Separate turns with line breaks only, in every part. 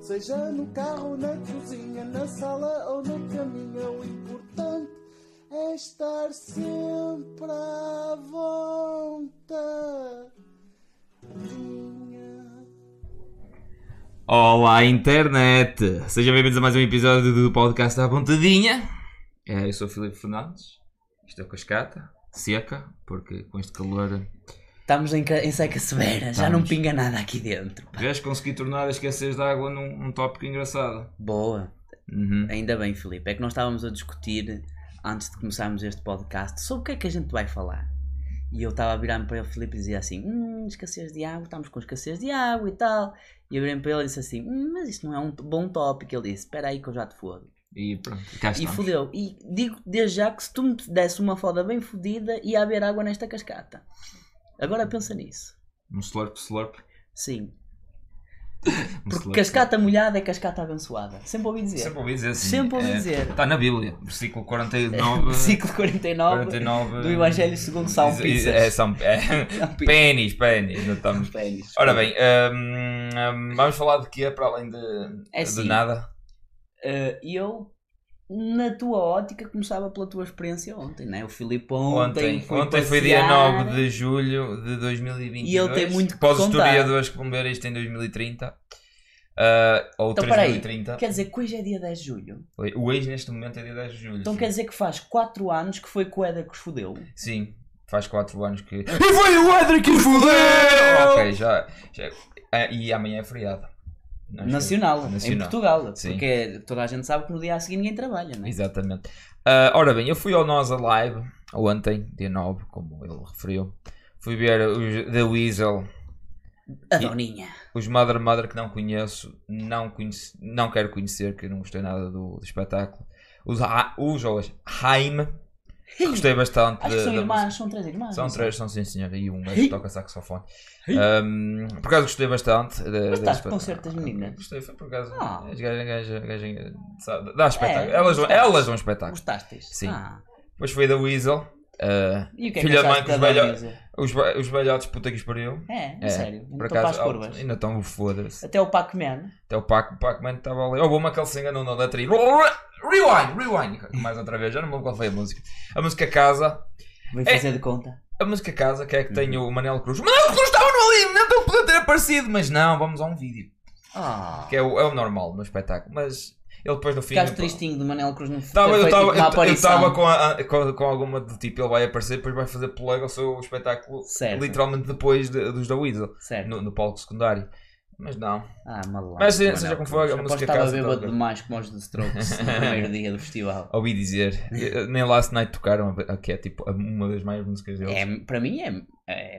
Seja no carro, na cozinha, na sala ou no caminho, é o importante é estar sempre à vontade.
Olá internet! Sejam bem-vindos a mais um episódio do podcast da Pontadinha. Eh, Eu sou o Filipe Fernandes, estou com a escata, seca, porque com este calor
Estamos em, ca- em seca severa, já não
Estamos.
pinga nada aqui dentro. pá.
vês consegui tornar a esquecer de água num, num tópico engraçado.
Boa,
Uhum.
ainda bem, Filipe. É que nós estávamos a discutir, antes de começarmos este podcast, sobre o que é que a gente vai falar. E eu estava a virar-me para o Filipe e dizia assim: Hum, escassez de água, estamos com escassez de água e tal. E eu virei para ele e disse assim: Hum, mas isto não é um t- bom tópico. Ele disse: Espera aí que eu já te fodo.
E pronto, cá
E
estamos.
fodeu. E digo desde já que se tu me desse uma foda bem fodida, ia haver água nesta cascata. Agora pensa nisso.
Um slurp, slurp.
Sim,
Um
Porque
slurp,
cascata molhada é cascata abençoada. Sempre ouvi dizer.
slurp. Sempre ouvi dizer assim.
Sempre ouvi
eh,
dizer.
Está na Bíblia, versículo 49.
Versículo 49,
49
do Evangelho segundo São
Diz-
Pizzas.
É, são, é,
São Pizzas.
pênis, pênis, não estamos.
Pênis.
Ora bem, hum, hum, vamos falar de quê para além de,
É
de
sim.
nada?
Eh, eu, na tua ótica, começava pela tua experiência ontem, né? O Filipe ontem,
Ontem,
foi
ontem foi dia
passear.
9 de julho de 2022.
E ele tem muito que
Para os
contar.
historiadores que vão ver isto em 2030. ah, ou
Então, peraí.
3030.
Quer dizer que hoje é dia 10 de julho.
O ex neste momento é dia 10 de julho.
Então
sim.
quer dizer que faz 4 anos que foi com o Eda que os fodeu.
Sim, faz 4 anos que. E foi o Edric que fudeu! ok, já. já- ah, e amanhã é feriado. Não é esquece.
Nacional, em
Nacional.
Portugal.
Sim.
Porque toda a gente sabe que no dia a seguir ninguém trabalha, né?
Exatamente. Ah, ora bem, eu fui ao Nós Alive ontem, dia 9, como ele referiu. Fui ver os The Weasel,
A Doninha.
os Mother Mother que não conheço, não, conheci, não quero conhecer, que eu não gostei nada do, do espetáculo. Os, Ha- os, ou as Haim, que gostei bastante.
Acho que
da-
são
da música.
irmãs, são três irmãs.
São
não são?
três, são sim senhor, e um gajo que toca saxofone. Ahm, por acaso gostei bastante. da- da
Gostaste
espe-
do concerto das meninas?
Gostei, foi por acaso.
né? Ah.
As gajas, gajas, gajas, sabe, dá espetáculo.
É,
elas, vão,
gostaste.
elas vão espetáculo.
Gostaste?
Sim.
Ah.
Depois foi da Weasel. ah,
E o que é
Filha da
que
mãe
achaste
que os
da
velho-
Dalisa?
os, ba- os velhotes, puta que os pariu.
É,
É,
é, sério.
Por
Estou para as
acaso, ah,
curvas.
ainda estão foda-se.
Até o Pac-Man.
Até o Pac- Pac-Man estava ali. Oh, bom, aquele se enganou não da trilha. Rewind, rewind. Mais outra vez, já não me lembro qual foi a música. A música Casa.
Vem
É.
fazer de conta.
A música Casa, que é que tem
Uhum.
o Manel Cruz. O Manel Cruz estava no ali, não tão podia ter aparecido. Mas não, vamos a um vídeo.
Ah.
Que é o, é o normal no espetáculo. Mas ele depois no fim.
Ficaste tristinho do Manel Cruz no
Tava, eu
tipo, uma
estava
aparição.
com, a- com, com alguma do tipo, ele vai aparecer, depois vai fazer plug ao seu espetáculo
Certo.
literalmente depois de- dos da Weasel,
Certo.
no, no palco secundário. Mas não.
Ah, malandro.
Mas, seja
Manel
como for, a
Cruz. Aposto
música
que estava
casa
bêbado
toda.
demais como os de Strokes no primeiro dia do festival.
Ouvi dizer, eh, nem Last Night tocaram, a- a- que é tipo uma das maiores músicas deles.
É, para mim é, é,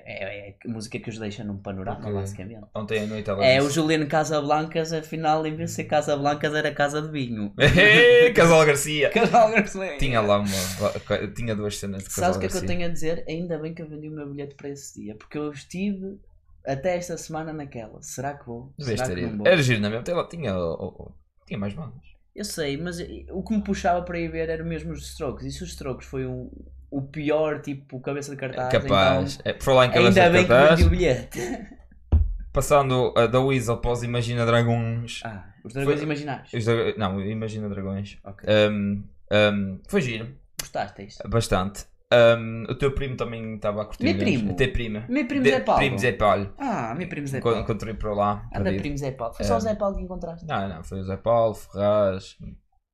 é a música que os deixa num panorama,
Ok.
basicamente.
Ontem à noite ela
É o
disse,
Juliano Casablancas, afinal, em vez de ser Casablancas, era Casa de Vinho.
Casal Garcia.
Casal Garcia.
É. Tinha lá uma. Tinha duas cenas de Casal
Sabes o que é que eu
Garcia.
tenho a dizer? Ainda bem que eu vendi o meu bilhete para esse dia, porque eu estive até esta semana naquela. Será que vou?
Devias
Será
ter
que não
ido.
vou?
Era giro, não é mesmo? Até lá tinha, o- o- o- tinha mais bandas.
Eu sei, mas eh, o que me puxava para ir ver era mesmo os Strokes. E se os Strokes foi o, o pior, tipo, cabeça de cartaz,
Capaz. É, por falar em
então,
cabeça
ainda
de
bem que
cartaz,
vendi o bilhete.
passando a da Weasel para os Imagina Dragões.
Ah, os dragões
Foi-
imaginários.
Os dra- Não, Imagina Dragões.
Ok.
Um, um, foi giro,
Gostaste disto?
bastante. Um, o teu primo também estava a curtir.
Meu
gajo.
primo?
Até prima.
Meu primo
É. De-
Zé Paulo.
Primo Zé Paulo.
Ah, meu primo Zé
Enco-
Paulo.
Encontrei para lá.
Anda,
perdido.
primo Zé Paulo. Foi só
É.
o Zé Paulo que encontraste.
Não, não, foi o Zé Paulo, Ferraz.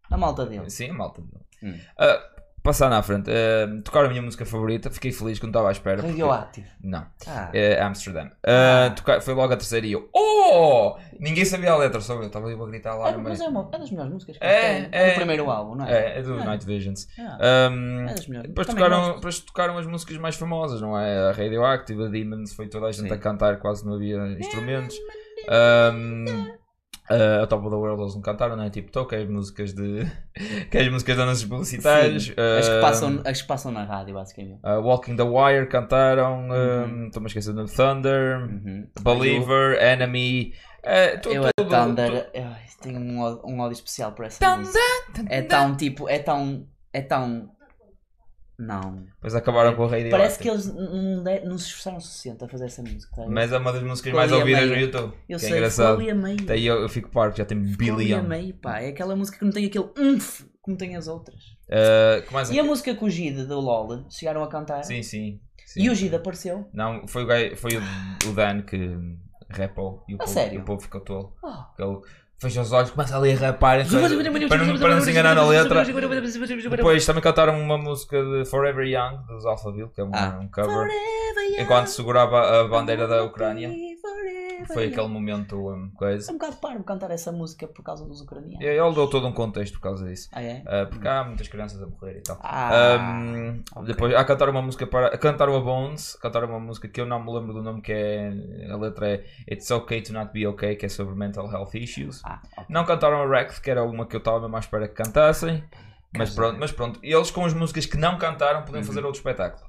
A malta dele.
Sim, a malta dele.
Hum.
Ah, passando à frente, ah, tocaram a minha música favorita, fiquei feliz quando estava à espera. porque-
Radioactive.
Não,
Ah,
é Amsterdã. Ah,
Ah.
toca- Foi logo a terceira e eu. Oh! Ninguém sabia a letra, só eu. Estava eu a gritar lá
Ah,
no meio.
mas é, uma, é das melhores músicas que
É,
eles têm. É,
é.
o primeiro álbum, não é?
É, é do
Ah.
Night Visions.
Ah.
Ahm,
É das melhores.
depois,
Também
tocaram,
gosto.
depois tocaram as músicas mais famosas, não é? A Radioactive, a Demons, foi toda a gente
Sim. É,
a cantar, quase não havia instrumentos. Ahm, ah, a Top of the World eles não cantaram, não é? Tipo, toca as músicas de. que as músicas de anúncios publicitários.
As É, que,
Ahm,
passam, as que passam na rádio, basicamente.
ah, Walking the Wire cantaram,
Uhum.
ahm, estou-me esquecendo de Thunder,
Uhum.
Believer, Enemy. ah, tu-
Eu, eu a
tudo- tu-
Thunder, ai, tenho um, ó- é um ódio especial para essa música. É tão tipo, é tão. É tão. Não.
Depois acabaram com o Radioactive.
Parece que eles não, de- não se esforçaram o suficiente a fazer essa música. tá a ver?
Mas é uma das músicas
Ficou
mais
ali a
ouvidas no
meio.
YouTube.
eu
que
sei,
é engraçado.
ficou ali a meio.
Daí eu, eu fico parvo, já tem
Ficou ali a
bilhão.
meio, pá. É aquela música que não tem aquele umf como tem as outras.
Ah, que mais é
E a
que-
música com o Gida do LOL chegaram a cantar.
Sim, sim. sim.
E o Gida apareceu.
Não, foi o, gajo- foi o, o Dan que rapou e o,
A
povo,
sério?
e o povo ficou tolo.
Oh.
Que Ele fecha os olhos, começa ali a rapar então, para, não, para não se enganar na letra. Depois também cantaram uma música de Forever Young dos Alphaville, que é um,
Ah.
um cover.
Forever young,
Enquanto segurava a bandeira da Ucrânia,
forever
foi aquele
young.
momento um, coisa.
É um bocado parvo cantar essa música por causa dos ucranianos.
E ele deu todo um contexto por causa disso.
Ah, é?
Ah, porque há muitas crianças a morrer e tal.
Ah,
Um,
ok.
Depois, a cantar uma música para. A cantar uma Bones, cantar uma música que eu não me lembro do nome, que é. A letra é It's Okay to Not Be Okay, que é sobre mental health issues.
ah, ok.
Não cantaram a Rex, que era uma que eu estava mesmo à espera que cantassem. Mas pronto, mas pronto, eles com as músicas que não cantaram
Uhum.
podiam fazer outro espetáculo.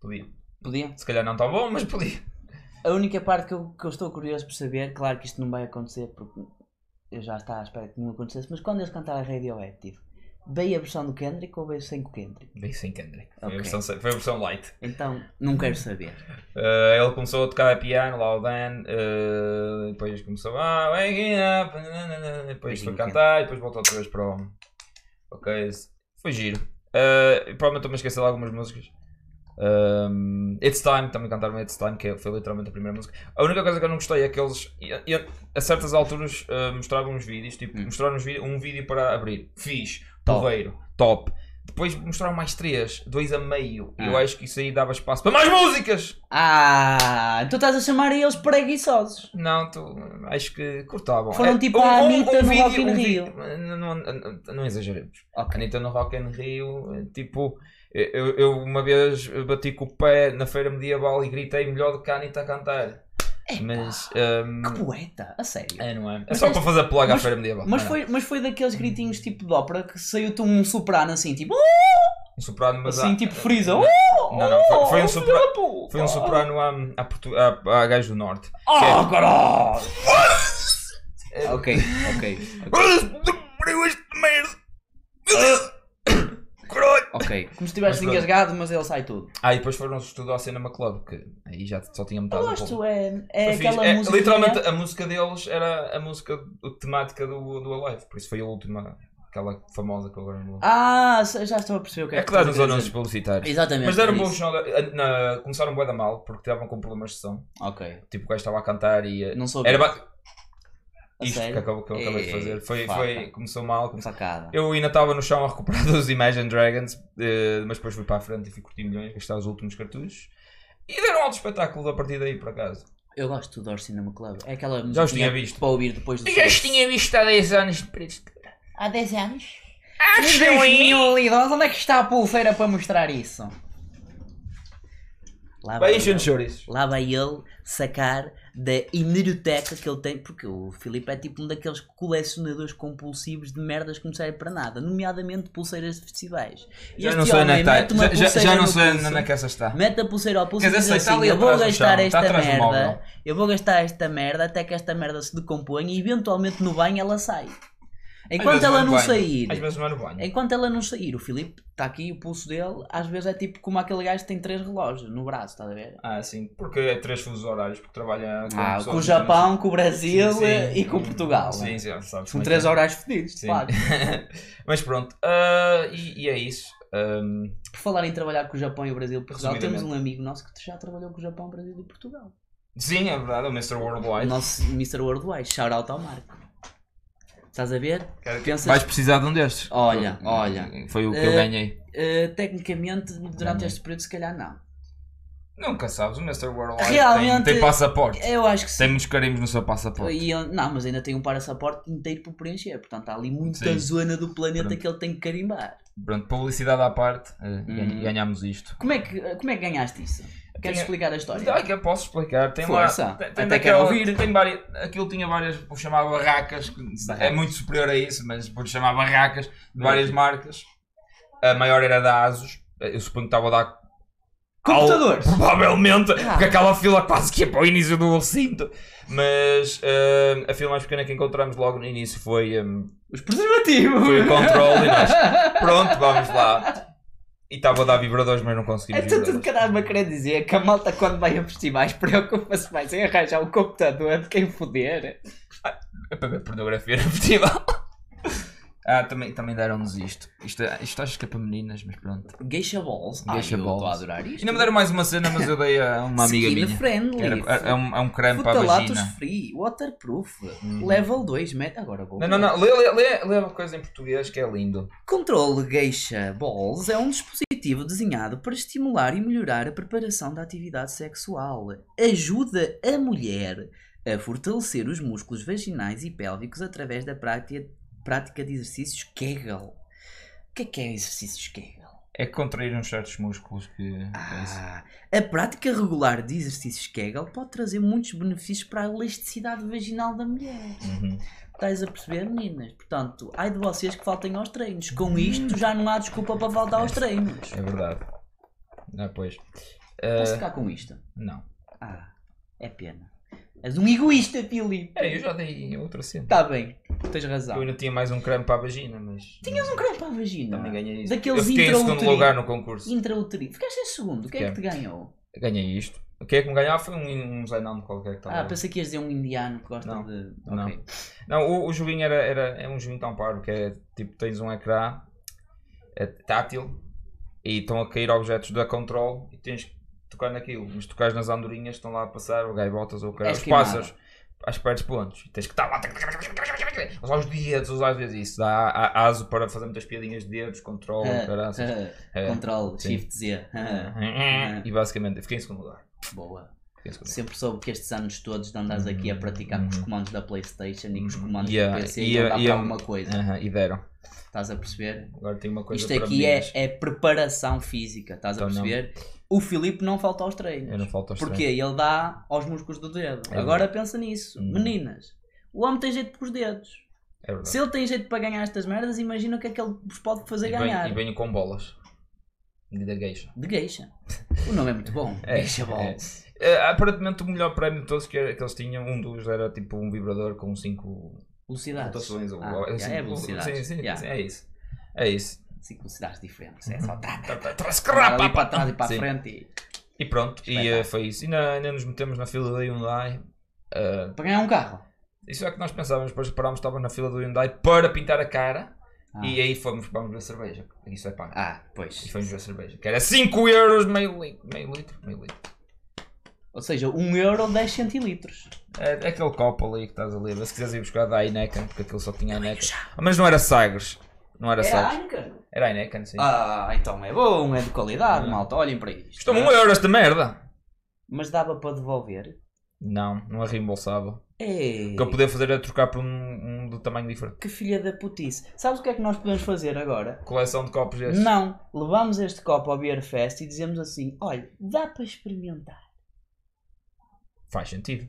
Podia.
Podia.
Se calhar não tão bom, mas podia.
A única parte que eu, que eu estou curioso por saber, claro que isto não vai acontecer porque eu já estava à espera que não acontecesse, mas quando eles cantaram a Radioactive, veio a versão do Kendrick ou veio sem o Kendrick?
Bem sem Kendrick. Foi,
Ok.
a versão, foi a versão light.
Então, não quero saber.
Uh, ele começou a tocar piano lá o Dan, uh, depois começou a waking up, nananana, depois foi
Beijinho
cantar, depois voltou outra vez para o. Ok, foi giro. Uh, provavelmente estou-me a esquecer de algumas músicas. Um, It's Time, também cantaram It's Time, que foi literalmente a primeira música. A única coisa que eu não gostei é que eles, e- e- a certas alturas, uh, mostravam uns vídeos, tipo,
Hum.
mostraram uns vídeo- um vídeo para abrir, fiz,
Top.
porreiro, top. Depois mostraram mais três, dois a meio. Eu
Ah.
acho que isso aí dava espaço para mais músicas!
Ah, tu estás a chamar eles preguiçosos.
Não, tu, acho que É, cortavam.
Foram tipo
um,
a Anitta no Rock in Rio.
Não, não, não, não exageremos. A
Ok.
Anitta no Rock in Rio, eh, tipo, eu, eu uma vez bati com o pé na feira medieval e gritei melhor do que a Anitta a cantar. Mas, ehm,
Que poeta, a sério.
é, não é? É
Mas
só
este-
para fazer plug à
mas-
feira medieval.
Mas
não é?
foi, mas foi daqueles gritinhos tipo de ópera que saiu-te um soprano assim, tipo,
Um soprano, mas
assim, Oh.
há-
tipo frisa. oh,
Não, não, não, foi- foi um sopra- Foi um soprano à, à, portu- à, à gajo do norte.
Oh,
é-
caralho! ok, ok,
Abriu este merda! Caralho!
ok. Como se estivesse
Mas pronto.
engasgado, mas ele sai tudo.
Ah, e depois foram-se estudar ao Cinema Club, que aí já só tinha
Eu
metade do
gosto,
povo.
é, é
Foi fixe.
aquela
É,
música.
literalmente a música deles era a música do- temática do, do Alive, por isso foi a última, aquela famosa que eu agora não me lembro.
Ah, se- já estou a perceber o que é
é
que
que dá nos
estás a
anúncios
dizer.
publicitários.
Exatamente.
Mas deram
é
bom
isso.
jornal. eh, na- Começaram bué da mal porque estavam com problemas de som.
Ok,
Tipo, o gajo estava a cantar e. eh,
não soube.
Era ba-
a
isto que
sério?
acabo- que eu acabei de
Ei,
fazer. Foi,
faca.
foi, começou mal. começou-
Facada.
Eu ainda estava no chão a recuperar dos Imagine Dragons, eh, mas depois fui para a frente e fui curtir milhões, gastar os últimos cartuchos. E deram alto espetáculo a partir daí, por acaso.
Eu gosto do Dor Cinema Club. É aquela música
Já os tinha visto.
para ouvir depois do
Eu já os
sexo.
tinha visto há 10 anos de preço.
Há 10 anos? Em
Acham aí?
2012, onde é que está a pulseira para mostrar isso? Lá vai,
Beijos,
ele,
senhores.
lá vai ele sacar da hemeroteca que ele tem, porque o Filipe é tipo um daqueles colecionadores compulsivos de merdas que não servem para nada, nomeadamente pulseiras de festivais. E
Já
este
não sei onde é
homem
que está.
mete uma
Já- Já, já
pulseira
não
no
sei
pulso.
onde é que essa está.
Mete a pulseira ao pulso
Quer
e
dizer,
diz
sei, está
assim,
ali
eu vou
atrás do chão,
gastar
está
esta
atrás do
merda,
móvel.
eu vou gastar esta merda até que esta merda se decomponha e eventualmente no banho ela sai. Enquanto
Às vezes
ela
no
não
banho.
sair,
Às vezes não é no banho.
enquanto ela não sair, o Filipe está aqui, o pulso dele às vezes é tipo como aquele gajo que tem três relógios no braço, estás a ver?
Ah, sim. Porque é três fusos horários, porque trabalha com
Ah,
pessoas
com o
diferentes.
Japão, com o Brasil
Sim, sim.
e com Portugal. né?
Sim, sim, sabes.
São
como é
três
que é.
horários fedidos,
Sim.
claro.
Mas pronto. ah, e, e é isso. Ahm,
Por falar em trabalhar com o Japão e o Brasil e Portugal, temos
Resumidamente.
um amigo nosso que já trabalhou com o Japão, Brasil e Portugal.
sim, é verdade. O Mr.
O
Worldwide.
nosso Mr. Worldwide, shout out ao Marco. Estás a ver?
Quero-
Pensas-
Vais precisar de um destes.
Olha, olha.
Foi o que
Eh,
eu ganhei.
Uh, tecnicamente, durante
Ganhei.
este período, se calhar não.
Nunca sabes, o Mr. Worldwide tem-
Realmente-
tem, passaporte.
Eu acho que sim.
Tem muitos carimbos no seu passaporte.
E eu- não, mas ainda tem um passaporte inteiro por preencher. Portanto, há ali muita
Sim.
zona do planeta
Pronto.
que ele tem que carimbar.
Pronto, publicidade à parte, eh,
Hum.
ganhámos isto.
Como é que, como é que ganhaste isso? Queres
Tenho-
explicar a história?
Ah, que eu posso explicar. Tem
Força.
lá. Tem,
Até
tem
quero
daquela-
ouvir.
Tem várias, aquilo tinha várias, vou chamar barracas, que é muito superior a isso, mas vou chamar barracas
Hum.
de várias marcas. A maior era da Asus. Eu suponho que estava a dar.
Computadores!
Ao, provavelmente,
Ah.
porque aquela fila quase que ia para o início do recinto. Mas eh, a fila mais pequena que encontramos logo no início foi. eh,
Os preservativos!
foi o controle e nós. Pronto, vamos lá. E estava a dar vibradores, mas não consegui.
É tudo de caralho a querer dizer que a malta quando vai a festivais preocupa-se mais em arranjar um computador de quem foder.
É para ver pornografia no festival. Ah, também, também deram-nos isto. isto. Isto acho que é para meninas, mas pronto.
Geisha Balls.
Geisha
Geisha Ai,
balls.
Eu estou a adorar isto.
Ainda me deram mais uma cena, mas eu dei a uma amiga
Skin
minha.
friendly.
que era- é, é um, é um creme para a
Futalatos
vagina.
free, waterproof,
Hum.
level 2, meta agora vou.
Não, não, não. Lê, lê, lê, lê uma coisa em português que é lindo.
Controle Geisha Balls é um dispositivo desenhado para estimular e melhorar a preparação da atividade sexual. Ajuda a mulher a fortalecer os músculos vaginais e pélvicos através da prática, prática de exercícios Kegel. O que é que é exercícios Kegel?
É contrair uns certos músculos que. é
Ah, a prática regular de exercícios Kegel pode trazer muitos benefícios para a elasticidade vaginal da mulher.
Uhum.
Estás a perceber, meninas? Portanto, ai de vocês que faltem aos treinos. Com isto já não há desculpa para faltar aos treinos.
É verdade. Ah, pois.
Posso
Ah,
ficar com isto?
não.
Ah, é pena. És um egoísta, Filipe.
É, eu já dei outra cena.
Tá bem, tens razão.
Eu ainda tinha mais um creme para a vagina, mas.
Tinhas um creme para a vagina.
Também ganhei isto.
Daqueles
eu fiquei em segundo
intrauterinos.
lugar no concurso.
Intrauterino. Ficaste em segundo. O que é que te ganhou?
Ganhei isto. O que é que me ganhava foi um, um Zainam qualquer que estava.
Ah, pensei que ias dizer um indiano que gosta
Não,
de.
não.
Ok.
Não, o, o joguinho era, era é um joguinho tão paro que é tipo: tens um ecrã é tátil e estão a cair objetos da control e tens que tocar naquilo. Mas se tocares nas andorinhas estão lá a passar, ou gaivotas ou
És
caras, os
queimado.
pássaros. Acho que perdes pontos. E Tens que estar lá. Usar os dedos, usar às vezes isso. Dá a- a- aso para fazer muitas piadinhas de dedos, control,
Ah,
caraças.
ah,
É.
Control,
Sim. É.
Shift Z. Ah,
E basicamente, eu fiquei em segundo lugar.
Boa.
Fiquei em segundo lugar.
Sempre soube que estes anos todos de andares aqui a praticar com os
Uhum.
comandos da Playstation e com os
Uhum.
comandos
Yeah,
do PC
yeah,
e não dá para
yeah. É.
alguma coisa.
Aham, e deram.
Estás a perceber?
Agora tem uma coisa
Isto
para
aqui
meninas.
é, é preparação física, estás a
Então não.
perceber? O Filipe não falta aos treinos.
Eu não falta aos
Porquê? Ele dá aos músculos do dedo.
É
Agora pensa nisso.
Hum.
Meninas, o homem tem jeito para os dedos.
treinos. É verdade.
Se ele tem jeito para ganhar estas merdas, imagina o que é que ele vos pode fazer
e,
ganhar.
Venho, e venho com bolas. De da geisha.
De gueixa. O nome é muito bom.
É,
Gueixa
é.
Balls.
Eh, aparentemente o melhor prémio de todos que, era- que eles tinham, um dos era tipo um vibrador com 5
Velocidades.
rotações. ou-
Ah,
ou-
já
cinco-
é velocidade.
Sim, sim,
Já.
sim, é isso. É isso.
Cinco velocidades diferentes. É só tá,
Tá,
tá,
tá, tá,
tá,
scrapa,
ali para trás e para a
Sim.
frente. E...
E pronto, e
Espetáculo.
eh, foi isso. E na- ainda nos metemos na fila da Hyundai. eh,
Para ganhar um carro.
isso é que nós pensávamos, depois parámos, estávamos na fila do Hyundai para pintar a cara.
Ah.
E aí fomos, vamos ver cerveja. Isso é pago.
Ah,
E
pois.
fomos ver cerveja. Que era 5 euros meio litro. Meio litro, meio litro.
Ou seja, 1 euro 10 centilitros.
É, é aquele copo ali que estás ali. Se quiseres ir buscar da Heineken, porque aquilo só tinha Heineken. Mas não era Sagres. Não era
Era
Sagres.
É Heineken.
Era Heineken, sim.
Ah, então é bom, é de qualidade,
Não.
malta, olhem para isto. é?
Custou-me 1 euro esta merda.
Mas dava para devolver?
Não, não é reembolsável.
Ei,
O que eu podia fazer era trocar por um, um do tamanho diferente.
que filha da putice. Sabes o que é que nós podemos fazer agora?
Coleção de copos destes.
Não, levamos este copo ao Beer Fest e dizemos assim, olha, dá para experimentar.
Faz sentido.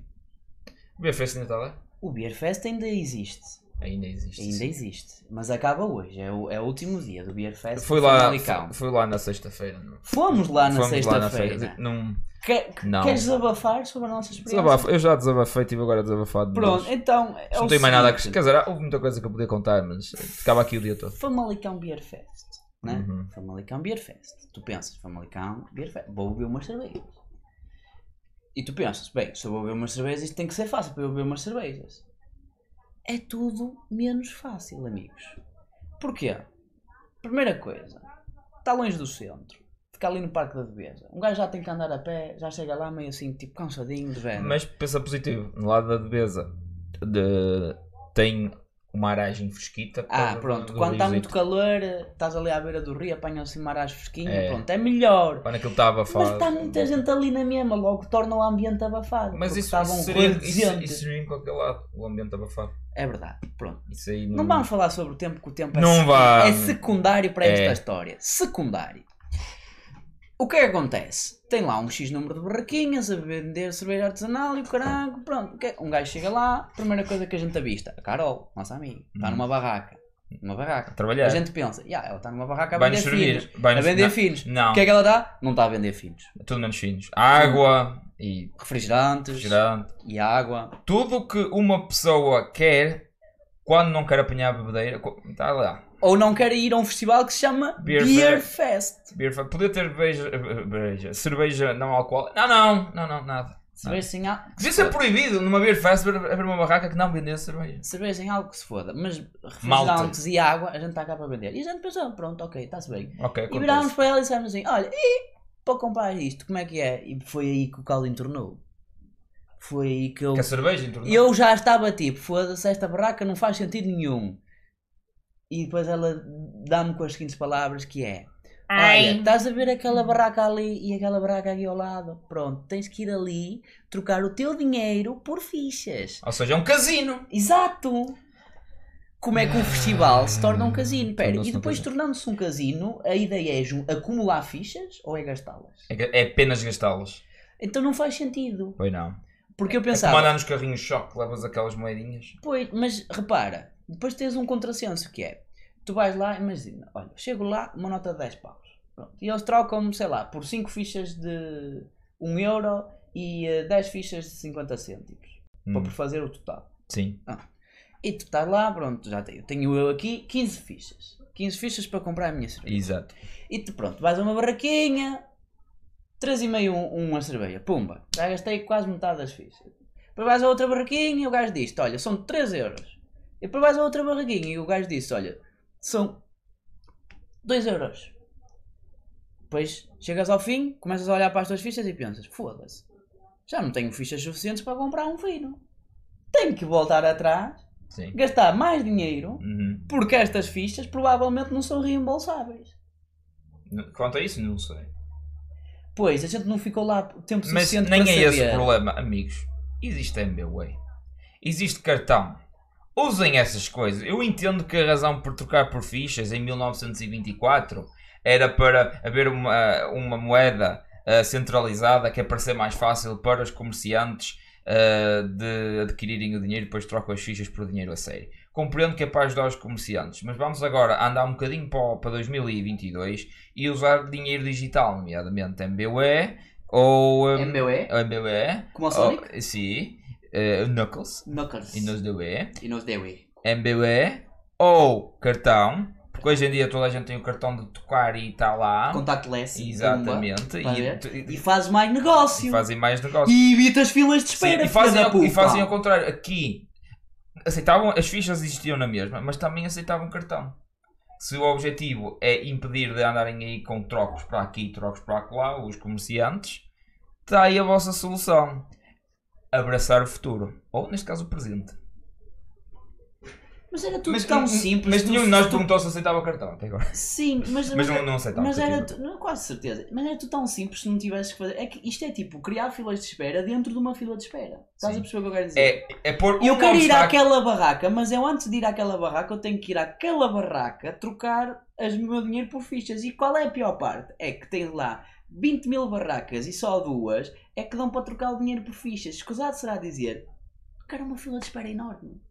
O BFS ainda está lá?
O Beer Fest ainda existe,
Ainda existe.
ainda
sim.
existe, mas acaba hoje, é o, é o último dia do Beer Fest.
Fui
em
lá,
Famalicão.
fui lá na sexta-feira. não-
Fomos lá na
Fomos lá na
sexta-feira.
Não,
Que- que-
Não.
Queres desabafar sobre a nossa experiência?
Desabafo. Eu já desabafei, tive agora desabafado.
Pronto, então... é
não
o
tenho mais nada a
seguinte.
acrescentar. Quer dizer, há- houve muita coisa que eu podia contar, mas ficava aqui o dia todo.
Famalicão Beer Fest. Né?
Uhum.
Famalicão Beer Fest. Tu pensas, Famalicão Beer Fest. Vou beber umas cervejas. E tu pensas, bem, se eu vou beber umas cervejas, isto tem que ser fácil para eu beber umas cervejas. É tudo menos fácil, amigos. Porquê? Primeira coisa, está longe do centro. Fica ali no Parque da Devesa. Um gajo já tem que andar a pé, já chega lá meio assim, tipo, cansadinho de velho.
Mas pensa positivo, no lado da Devesa de- tem uma aragem fresquita. por
Ah,
causa
pronto,
do
quando está muito
riozito.
calor, estás ali à beira do rio, apanham-se uma aragem fresquinha,
É.
pronto, é melhor.
Quando aquilo está tá abafado.
Mas tá está muita gente ali na mesma, logo torna o ambiente abafado.
Mas
porque um
isso,
estavam
isso seria,
rodeados de
isso,
gente.
isso seria em qualquer lado, o ambiente abafado.
É verdade, pronto.
Isso aí não.
Não vamos falar sobre o tempo, que o tempo é,
Não
secu-
vá-
é secundário para esta
É.
história. Secundário. O que é que acontece? Tem lá um X número de barraquinhas a vender cerveja artesanal e o caralho, pronto. o que é- Um gajo chega lá, primeira coisa que a gente avista, a Carol, nossa amiga, está
Hum.
numa barraca. Numa barraca.
trabalhar.
A gente pensa, "Ya, ela está numa barraca a
vai nos
vender
servir.
finos.
Vai
A
nos
vender
não,
finos.
Não,
O que é que ela dá? Não está a vender finos.
tudo menos finos. Água e
Refrigerantes
refrigerante.
e água.
Tudo o que uma pessoa quer quando não quero apanhar a bebedeira. co- Está lá.
Ou não quer ir a um festival que se chama
Beer
Beer, Fest.
Beer, fa- poder ter beija, eh, beija, cerveja não alcoólica. Não, não, não, não, nada.
Cerveja sem, al...
Devia ser proibido numa beer fest abrir abrir uma barraca que não vendesse cerveja.
cerveja sem algo que se foda. Mas
Malta.
refrigerantes e água, a gente está cá para vender. E a gente pensou, pronto, ok, está-se bem.
Ok,
E virámos
acontece.
para ela e dissemos assim: olha, e para comprar isto, como é que é? E foi aí que o Caldo entornou. Foi aí que eu.
Que a cerveja entornou.
Eu já estava tipo, foda-se, esta barraca não faz sentido nenhum. E depois ela dá-me com as seguintes palavras que é. Olha, estás a ver aquela barraca ali e aquela barraca aqui ao lado? Pronto, tens que ir ali trocar o teu dinheiro por fichas.
Ou seja, é um casino.
Exato! Como é que um festival se torna um casino? Pera,
Tornou-se
e
um
depois
casino.
tornando-se um casino, a ideia é ju- acumular fichas ou é gastá-las?
É, que- é apenas gastá-los.
Então não faz sentido.
Pois não.
Porque eu
É como
pensava,
andar nos carrinhos choque, levas aquelas moedinhas.
Pois, mas repara, depois tens um contrassenso que é: tu vais lá, imagina, olha, chego lá, uma nota de 10 paus. Pronto. E eles trocam-me, sei lá, por 5 fichas de 1 euro e eh, 10 fichas de 50 cêntimos.
Hum,
Para fazer o total.
sim.
E tu estás lá, pronto, já tenho, tenho eu aqui 15 fichas. 15 fichas para comprar a minha cerveja.
Exato.
E tu, pronto, vais a uma barraquinha, 3,5 um, uma cerveja, pumba, já gastei quase metade das fichas. Depois vais a outra barraquinha e o gajo diz olha, são 3 euros. E depois vais a outra barraquinha e o gajo diz olha, são 2 euros. Depois chegas ao fim, começas a olhar para as tuas fichas e pensas, foda-se, já não tenho fichas suficientes para comprar um fino. Tenho que voltar atrás,
Sim.
gastar mais dinheiro,
Uhum.
porque estas fichas provavelmente não são reembolsáveis.
N- Quanto a isso, não sei.
Pois, a gente não ficou lá tempo
Mas
suficiente
nem
para
é
saber.
esse o problema, amigos. Existe MBWay. Existe cartão. Usem essas coisas. Eu entendo que a razão por trocar por fichas em 1924 era para haver uma, uma moeda ah, centralizada que é para ser mais fácil para os comerciantes ah, de adquirirem o dinheiro e depois trocam as fichas por dinheiro a sério. Compreendo que é para ajudar os comerciantes, mas vamos agora andar um bocadinho para, o- para 2022 e usar dinheiro digital, nomeadamente MBWay ou ah,
MBE,
a MBE.
É como o Sonic,
Oh, sim. Eh, Knuckles.
Knuckles
E nos DB.
e é. nos Dewey.
MBE. Ou cartão. Porque hoje em dia toda a gente tem o cartão de tocar e está lá.
Contactless.
Ah? Exatamente.
pumba, vai
E,
ver?
tu-
bomba, E
e-
fazes mais negócio.
e
E,
fazem mais negócios.
evita as filas de espera.
e, fazem
filha da
ao, e
puta.
fazem ao contrário. Aqui aceitavam, as fichas existiam na mesma, mas também aceitavam cartão. Se o objetivo é impedir de andarem aí com trocos para aqui e trocos para lá, os comerciantes, está aí a vossa solução. Abraçar o futuro. Ou, neste caso, o presente.
Mas era tudo tão simples.
Mas
tu-
nenhum de nós
tu-
perguntou se aceitava cartão até agora.
Sim, mas,
Mas não, é não aceitava.
mas era
tipo,
tu- não, quase certeza. Mas era tudo tão simples se não tivesses que fazer. É que isto é tipo criar filas de espera dentro de uma fila de espera. Estás
Sim.
a perceber o que eu quero dizer?
É, é pôr um
Eu quero ir
obstáculo-
àquela barraca, mas eu antes de ir àquela barraca, eu tenho que ir àquela barraca trocar as- o meu dinheiro por fichas. E qual é a pior parte? É que tem lá 20 mil barracas e só duas é que dão para trocar o dinheiro por fichas. Escusado será dizer, cara, uma fila de espera enorme.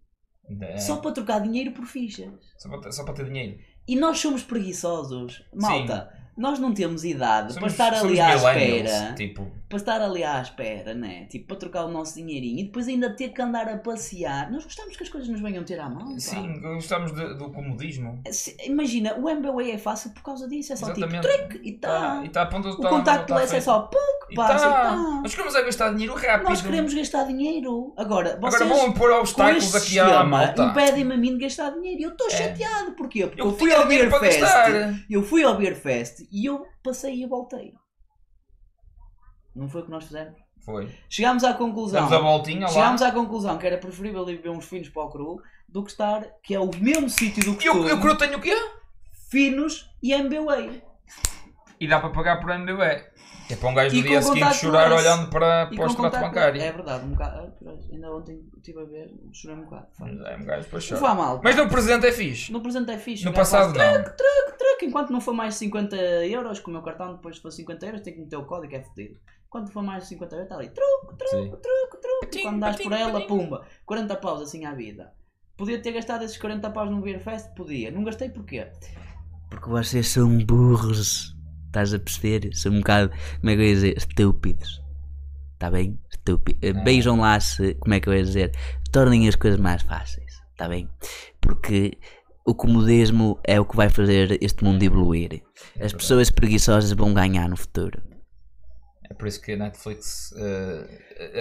É,
Só para trocar dinheiro por fichas.
só para ter- só para ter dinheiro.
E nós somos preguiçosos. Malta, nós não temos idade
Somos-
para estar
somos
ali à
millennials,
espera
Tipo,
para estar ali à espera, né? Tipo, para trocar o nosso dinheirinho e depois ainda ter que andar a passear. Nós gostamos que as coisas nos venham ter à mão. pá.
Sim, gostamos de- do comodismo.
Se- imagina, o MBWay é fácil por causa disso. É só
Exatamente.
tipo trick e
Tá,
tá.
e está a ponta do
O contactless é só pouco,
E
passa e
tá.
tá.
Nós queremos é gastar dinheiro rápido.
Nós queremos gastar dinheiro. Agora, vocês
Agora vão pôr
com
obstáculos
este
aqui à
sistema
malta.
impedem-me a mim de gastar dinheiro. E eu estou
É.
chateado. Porquê? Porque eu,
Eu
fui
tinha
ao Beer
dinheiro para
Fest.
gastar.
Eu fui ao Beer Fest e eu passei e voltei. Não foi o que nós fizemos?
Foi.
Chegámos à conclusão.
Damos a voltinha lá.
Chegámos à conclusão que era preferível ir beber uns finos para o cru do que estar, que é o mesmo sítio do
E
que
o,
tu,
e o cru tem o quê?
finos e MBWay.
E dá para pagar por MBB. É para um gajo
E
no dia
com
seguinte
contactless.
chorar olhando para, para
E
o
com
extrato
contacto-
bancário.
É verdade, um bocado. ah, caralho, Ainda ontem estive a ver, chorei um bocado. Foi.
É um gajo para
Vá
chorar.
mal.
Mas no presente é fixe.
no presente é fixe.
No
o gajo
passado
faz
não.
truque, truque, enquanto não for mais 50 euros, com o meu cartão depois for 50 euros, tem que meter o código, é fodido. Enquanto for mais 50 euros, está ali. Truque, truque,
Sim.
truque, truque.
Patim,
Quando dás
patim,
por ela,
patim.
pumba. 40 paus assim à vida. Podia ter gastado esses 40 paus num Beer Fest? Podia. Não gastei porquê? Porque vocês são burros. Estás a perceber? São um bocado, como é que eu ia dizer? Estúpidos. Está bem? eh, Estúpidos.
Ah.
Beijam lá se, como é que eu ia dizer? Tornem as coisas mais fáceis.
está bem? Porque o comodismo é o que vai fazer este mundo evoluir. As pessoas preguiçosas vão ganhar no futuro.
É por isso que a Netflix eh,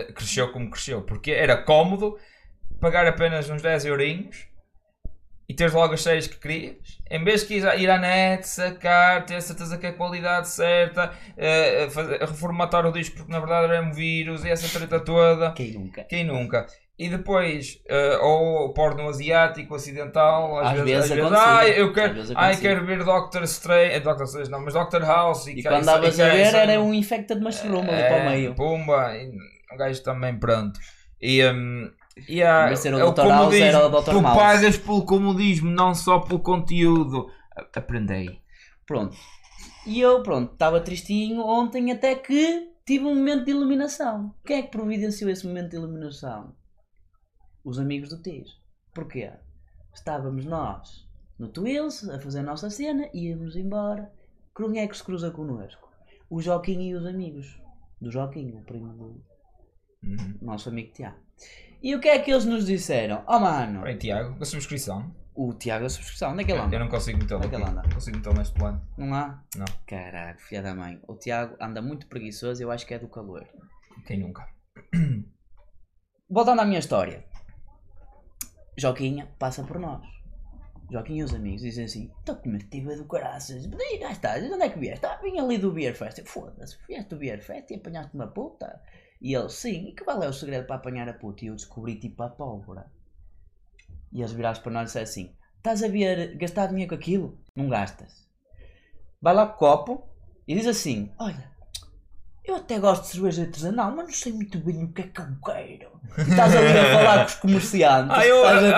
eh, cresceu como cresceu. Porque era cómodo pagar apenas uns 10 eurinhos e teres logo as séries que querias. Em vez de ir à- ir à net, sacar, ter certeza que é a qualidade certa, eh, eh, fazer- reformatar o disco porque na verdade era um vírus e essa treta toda.
Quem nunca?
Quem nunca? E depois, eh, ou porno asiático, ocidental, às,
Às
vezes,
vezes
às vezes,
acontecia.
ai, eu
Às
quero,
vezes
ai,
acontecia."
quero ver Doctor Strange, eh, Doctor Strange não, mas Doctor House e,
E
ca-
quando andavas
e
a
ca-
ver
isso-
era um infectado de mascaroma ali para o
é,
meio.
Pumba, e um gajo também pronto. E, hum, e há,
Mas era o
é
Dr. House, era o Dr.
Tu
Mouse.
pagas pelo comodismo, não só pelo conteúdo. A- Aprendei.
Pronto. E eu, pronto, estava tristinho ontem até que tive um momento de iluminação. Quem é que providenciou esse momento de iluminação? Os amigos do Tis. Porquê? Estávamos nós no Twills a fazer a nossa cena, íamos embora. Quem é que se cruza connosco? O Joaquim e os amigos. Do Joaquim, o primo do
Uhum.
nosso amigo Tiago. E o que é que eles nos disseram? Oh mano,
Bem, Tiago, a subscrição.
o Tiago a subscrição, onde é que ele
Eu- Eu
anda?
não consigo metê-lo aqui.
Naquela anda.
Não consigo metê-lo neste plano.
Não há?
Não.
Caralho, filha da mãe. O Tiago anda muito preguiçoso, eu acho que é do calor.
Quem nunca?
Voltando à minha história. Joquinha passa por nós. Joquinha e os amigos dizem assim: Estou com uma tiva do caraças. Aí estás, onde é que vieste? Ah, vim ali do Beer Fest. Eu, Foda-se, vieste do Beer Fest e apanhaste uma puta. E ele, sim, e que vale é o segredo para apanhar a puta? E eu descobri tipo a pólvora. E eles viraram para nós e disseram assim: Estás a ver gastar dinheiro com aquilo? Não gastas. Vai lá com o copo e diz assim: Olha, eu até gosto de cerveja artesanal, mas não sei muito bem o que é que eu quero. E estás ali a falar com os comerciantes.
Ah, eu,
estás a ver?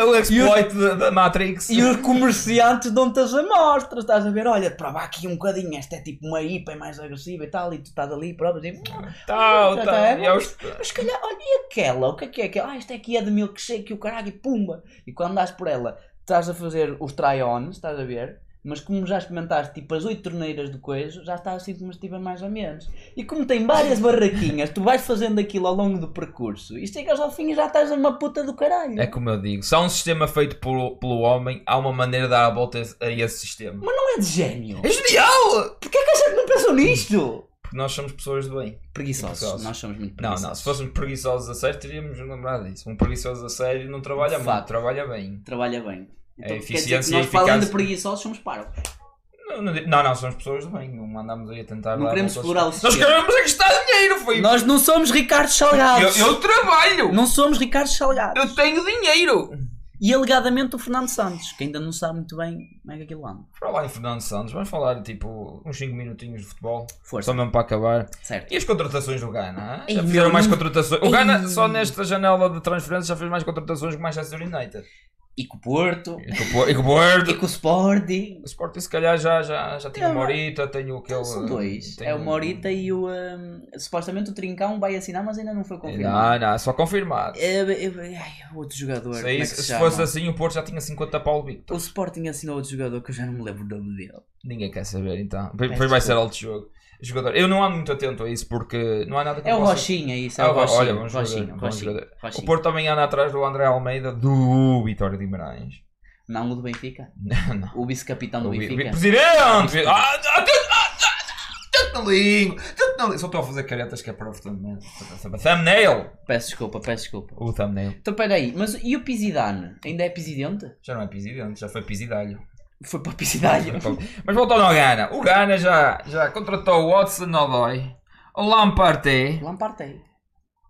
ah, o exploit da, da Matrix. Tá,
E os comerciantes dão-te as amostras, estás a ver? Olha, prova aqui um bocadinho, esta é tipo uma IPA é mais agressiva e tal, e tu estás ali e provas e.
Tal,
Já
tal.
tá,
E é os-
Mas se calhar, olha, e aquela? O que é que é aquela? Ah, esta aqui é de milkshake e o caralho, e pumba! E quando dás por ela, estás a fazer os try-ons, estás a ver? Mas como já experimentaste tipo as oito torneiras do coiso, já estás assim com uma estiva mais ou menos. E como tem várias barraquinhas, tu vais fazendo aquilo ao longo do percurso e chegas ao fim e já estás numa puta do caralho.
É como eu digo, se há um sistema feito pelo, pelo homem, há uma maneira de dar a volta a esse- a esse sistema.
Não é de gênio!
É genial!
Porquê é que a gente não pensou nisto?
Porque nós somos pessoas de bem.
Preguiçosos,
Preguiçosos.
nós somos muito
Não,
preguiçosos.
não, se um fôssemos preguiçosos a sério, teríamos lembrado disso. Um preguiçoso a sério não trabalha
De
muito,
facto.
trabalha bem.
trabalha bem. Então,
É
quer dizer que
eficiência e
nós, para além de
eficácia.
preguiçosos, somos parvos.
Não, não, di- não, não, somos pessoas de bem, não andamos aí a tentar.
Não
dar
queremos
voltas.
explorar o
Nós
sistema.
queremos é gastar dinheiro, foi.
Nós não somos Ricardo
Eu,
Salgados.
eu trabalho!
Não somos Ricardo Salgados.
Eu tenho dinheiro!
E alegadamente o Fernando Santos, que ainda não sabe muito bem como é que aquilo anda.
Para lá em Fernando Santos, vamos falar tipo uns 5 minutinhos de futebol,
Força.
só mesmo para acabar.
Certo.
E as contratações do Ghana?
Ei,
Já fizeram
meu,
mais
não-
contratações. O
Ei.
Ghana, só nesta janela de transferência, já fez mais contratações que o Manchester United.
E com o Porto,
E que o Po- e que o Board.
e com o Sporting.
O Sporting, se calhar, já, já, já tem
É,
o Morita, tem o aquele.
São dois.
tem
É o Morita e o. hum, supostamente o Trincão vai assinar, mas ainda não foi confirmado.
É, Não, não, só confirmado.
É, é, é, ai, outro jogador.
se,
como
é
é que
isso-
se
se
chama?
fosse assim, o Porto já tinha 50 Paulo Victor.
O Sporting assinou outro jogador que eu já não me lembro o nome dele.
Ninguém quer saber, então. Depois
Peço
depois vai ser alto jogo. Jogador. Eu não ando muito atento a isso porque não há nada que
É
eu
o
possa-
Rochinha, isso. É
Ah,
o Rochinha.
olha, vamos
Rochinha,
jogar, vamos
Rochinha,
jogar. O
Rochinha.
Porto também anda atrás do André Almeida do Vitória de Guimarães.
Não o do Benfica.
Não, não.
O vice-capitão do
O vi-
Benfica.
vi- Presidente! Ah, ah, ah, ah, ah, Tanto na língua! Tanto na língua! Só estou a fazer caretas que é para o thumbnail. Thumbnail!
Peço desculpa, peço desculpa.
O thumbnail.
Então peraí, mas e o Pisidane? Ainda é Pisidente?
Já não é presidente, já foi pisidalho.
Foi para o Pisidalho.
Mas voltando ao Ghana. O Ghana já, já contratou o Watson Odoi, o Lamparte.
Lampartei.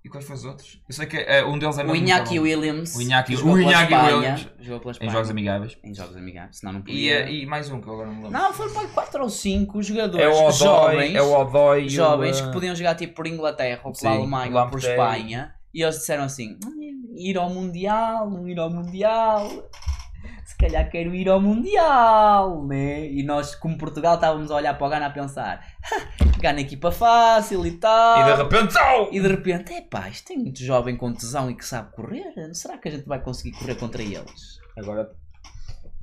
E quais foram os outros? Eu sei que eh, um deles é
O
mesmo
Iñaki
muito bom.
Williams.
O Iñaki-
jogou
o
pela
Iñaki
Espanha,
Williams.
Jogou pela
Em
Espanha.
jogos amigáveis.
Em jogos amigáveis, senão não
E,
podia.
eh, e mais um que eu agora não me lembro.
Não, foram para 4 ou 5 jogadores
é o Odoi,
jovens,
é o Odoi. e o,
jovens
eh,
que podiam jogar tipo por Inglaterra ou
sim,
pela Alemanha ou por
Lamptey.
Espanha. E eles disseram assim: "Hum, ir ao Mundial, não ir ao Mundial. Se calhar quero ir ao Mundial, né? E nós, como Portugal, estávamos a olhar para o Gana a pensar: Gana equipa fácil e tal.
E de repente. Oh!
E de repente, é pá, isto tem muito jovem com tesão e que sabe correr. Será que a gente vai conseguir correr contra eles?
Agora.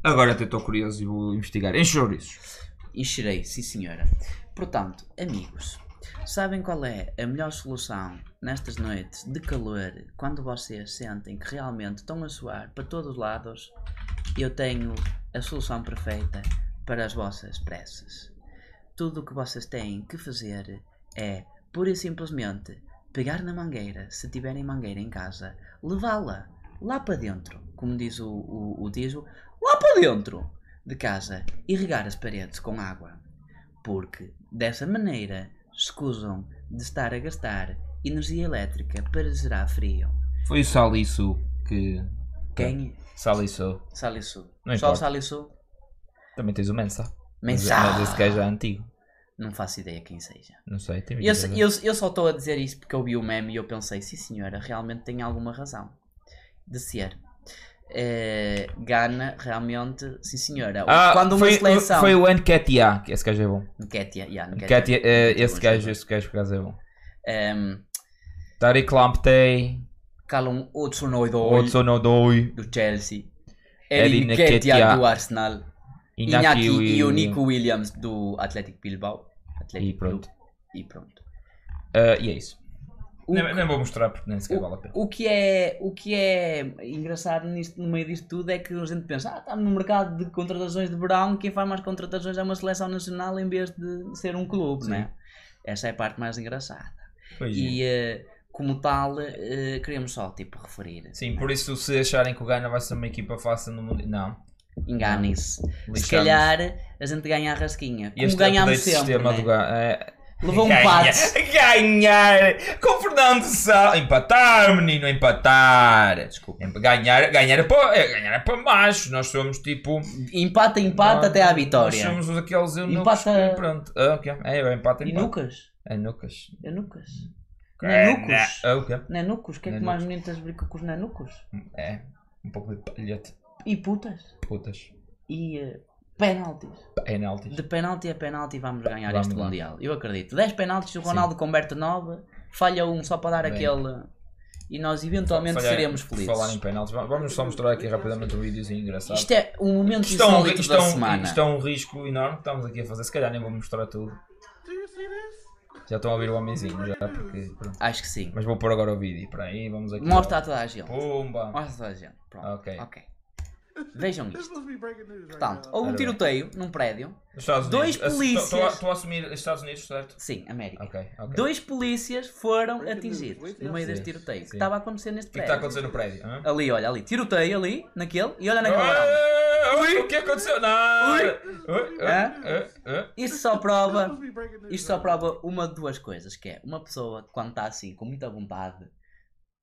Agora até estou curioso e vou investigar. Em chouriços.
Encherei, sim senhora. Portanto, amigos, Sabem qual é a melhor solução nestas noites de calor, quando vocês sentem que realmente estão a suar para todos os lados? Eu tenho a solução perfeita para as vossas preces. Tudo o que vocês têm que fazer é, pura e simplesmente, pegar na mangueira, se tiverem mangueira em casa, levá-la lá para dentro, como diz o, o, o Dizo, lá para dentro de casa e regar as paredes com água. Porque, dessa maneira, escusam de estar a gastar energia elétrica para gerar frio.
Foi o Salisu que.
Quem?
Salisu.
Salisu.
Não
Só o
importa.
Salisu?
Também tens o Mensa. Mas- Mas esse
Mensal!
gajo é antigo.
Não faço ideia quem seja.
Não sei, tem
Eu,
22 anos.
eu- eu só estou a dizer isso porque eu vi o meme e eu pensei, sim senhora, realmente tem alguma razão de ser. Eh, Gana, realmente, sim senhora.
Ah,
Quando uma
foi,
seleção.
foi o Nketia, que esse gajo é bom.
Nketiah, yeah, Nketiah.
Nketia, eh, esse
Nketiah é bom
gajo,
jogador.
esse gajo por acaso é bom.
Ehm,
Tariq Lamptey,
Calum Otsunoidoi
Otsonodoi,
do Chelsea.
Eddie
Eddie
Nketiah.
Nketiah do Arsenal. Iñaki
Wi-
e o Nico Williams do Atlético Bilbao. Atlético
E pronto.
Clube. E pronto.
Eh, e é isso.
O
Nem, nem vou mostrar porque nem sequer vale a pena.
O que é, o que é engraçado nisto, no meio disto tudo é que a gente pensa, ah, estamos no mercado de contratações de verão, quem faz mais contratações é uma seleção nacional em vez de ser um clube,
Sim.
né? Essa é a parte mais engraçada.
Foi giro.
E eh, como tal, eh, queremos só tipo referir.
Sim, por isso se acharem que o Ghana vai ser uma equipa fácil no mundo. Não.
Enganem-se.
lixamos.
Se calhar a gente ganha a rasquinha.
E
Como
este
ganhámos
update de
sempre.
sistema
né?
do Ghana. é-
Levou um
Ganhar.
empate.
Ganhar! Com Fernando Sá. Empatar, menino, empatar!
Desculpa.
Em- Ganhar, ganhar, é para, é, ganhar é para macho. Nós somos tipo.
Empata, empata
nós-
até à
Nós
vitória.
somos os aqueles eunucos.
Empata-
que- Pronto. Ah, ok. É, é empate,
E
empate.
Nucas?
Eunucas.
É Nucas? Não é Nucas?
Eunucas. Ah, ok.
Nanucos, que é que
Nanucos.
mais bonitas brincam com os nanucos?
É. Um pouco de palhete.
E putas.
Putas.
E eh, penaltis.
Penaltis.
De penalti a penalti vamos ganhar
Vamos
este
lá.
Mundial. Eu acredito. 10 penaltis, o Ronaldo converte 9, falha um só para dar
Bem.
aquele. eh, E nós eventualmente
Falhar-
seremos
por Falar em
felizes.
penaltis. va- Vamos só mostrar aqui rapidamente um videozinho engraçado.
Isto é um momento
Isto é um,
insólito
isto é
da
um-
semana.
isto é um risco enorme que estamos aqui a fazer. Se calhar nem vou mostrar tudo. Já estão a ouvir o homenzinho, já, porque. pronto.
Acho que sim.
Mas vou pôr agora o vídeo. Para aí, vamos aqui.
Mostra a toda a gente.
Pumba!
Mostra a toda a gente. Pronto.
então. Ok.
ok. Vejam isto. Portanto,
Portanto,
houve um
Ora bem.
tiroteio num prédio.
Nos Estados
Dois
Unidos. Assu-
polícias.
Estou a- estou a assumir os Estados Unidos, certo?
Sim, América.
Ok, ok. O
Dois polícias foram
Breaking news,
atingidos
breaking
no meio
news.
deste tiroteio que
Sim.
estava a acontecer neste
que é que está a
prédio.
acontecer no prédio? hã?
Ali, olha, ali. Tiroteio ali, naquele, e olha naquela varanda.
Ah, ui, O que aconteceu? Não! Ui,
Hã?
ah, ah, ah.
Isto É? só prova, isto
Isto
só prova uma de duas coisas, que é, uma pessoa, quando está assim, com muita vontade,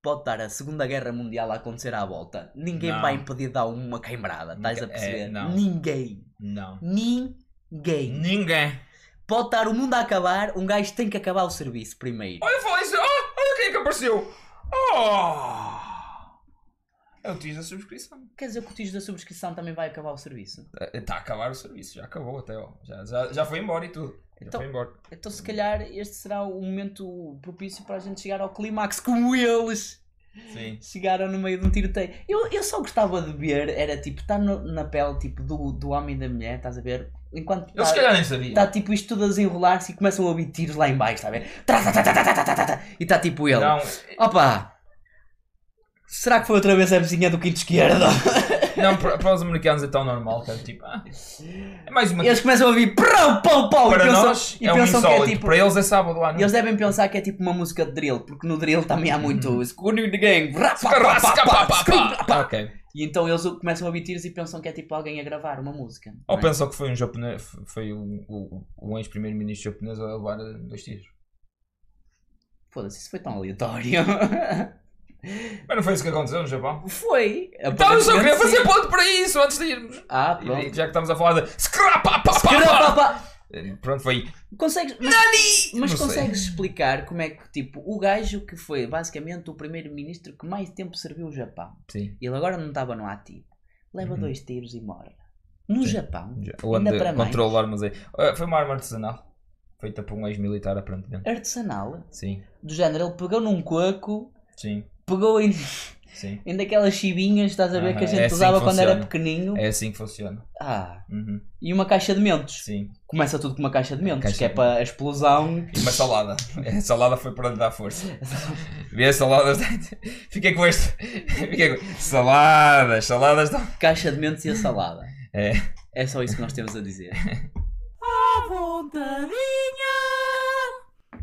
pode estar a Segunda Guerra Mundial a acontecer à volta. Ninguém
Não.
vai impedir de dar uma queimbrada, estás a
Ninguém- é,
perceber?
não.
Ninguém.
Não.
Ninguém.
Ninguém.
Pode estar o mundo a acabar, um gajo tem que acabar o serviço primeiro.
Olha, fala isso. Ah, olha quem é que apareceu. Oh! É o tio da subscrição.
Quer dizer que o tijo da subscrição também vai acabar o serviço?
Está a acabar o serviço, já acabou até. Ó. Já, já, já foi embora e tudo. Já
Então-
foi embora.
Então se calhar este será o momento propício para a gente chegar ao clímax como eles.
Sim.
chegaram no meio de um tiroteio. Eu, eu só gostava de ver, era tipo, estar na pele tipo, do, do homem e da mulher, estás a ver? Enquanto
Eles se
está
calhar nem sabiam.
tá, tipo isto tudo a desenrolar-se e começam a ouvir tiros lá em baixo, está a ver? Tra, tra, tra, tra, tra, tra, tra, tra, tra. e está tipo ele.
Não,
Opa! Será que foi outra vez a vizinha do quinto esquerdo?
eh, não para, para os americanos é tão normal que é tipo. Ah, é mais uma.
Eles começam a ouvir prou, pau, pau!
para
e pensam,
nós
e
é um
pensam que
insólito.
é tipo.
Para eles é sábado lá. Não?
Eles devem pensar que é tipo uma música de drill, porque no drill também há muito.
Uhum.
Scooter the gang! brá, pá, pá, pá, pá, scream, pá, pá.
Ok.
E então eles começam a ouvir tiros e pensam que é tipo alguém a gravar uma música.
Ou
não é?
pensam que foi um japonês, foi o, o, o ex-primeiro-ministro japonês a levar eh, dois tiros.
Foda-se, isso foi tão aleatório.
Mas não foi isso que aconteceu no Japão?
foi!
Então eu só queria
Aparentemente,
fazer
sim.
ponto para isso antes de irmos.
Ah,
E
pronto.
Já que estamos a falar de scrapa, pá, pá,
Caramba,
pá.
pá.
Eh, Pronto, foi aí.
Consegues. Mas, mas
Não sei.
consegues explicar como é que, tipo, o gajo que foi basicamente o primeiro-ministro que mais tempo serviu o Japão,
Sim.
ele agora não estava no ativo, leva
Uhum.
dois tiros e morre. No
Sim.
Japão,
Onde
para mais.
controlou armas aí. é. Ah, foi uma arma artesanal. Feita por um ex-militar, aparentemente.
artesanal,
Sim,
do género, ele pegou num coco,
sim.
pegou em.
Sim.
Ainda aquelas chibinhas, estás a ver, que
Aham,
a gente
é assim
usava
que
quando era
funciona.
pequenino.
É assim que funciona.
Ah,
Uhum.
e uma caixa de mentos.
Sim.
Começa tudo com uma caixa de mentos,
Caixa
que é
de
para a explosão.
E uma salada. A salada foi para lhe dar força. Vi a salada. Fiquei com este. Fiquei com... Saladas, saladas. dão-
caixa de mentos e a salada.
É.
É só isso que nós temos a dizer.
À vontade.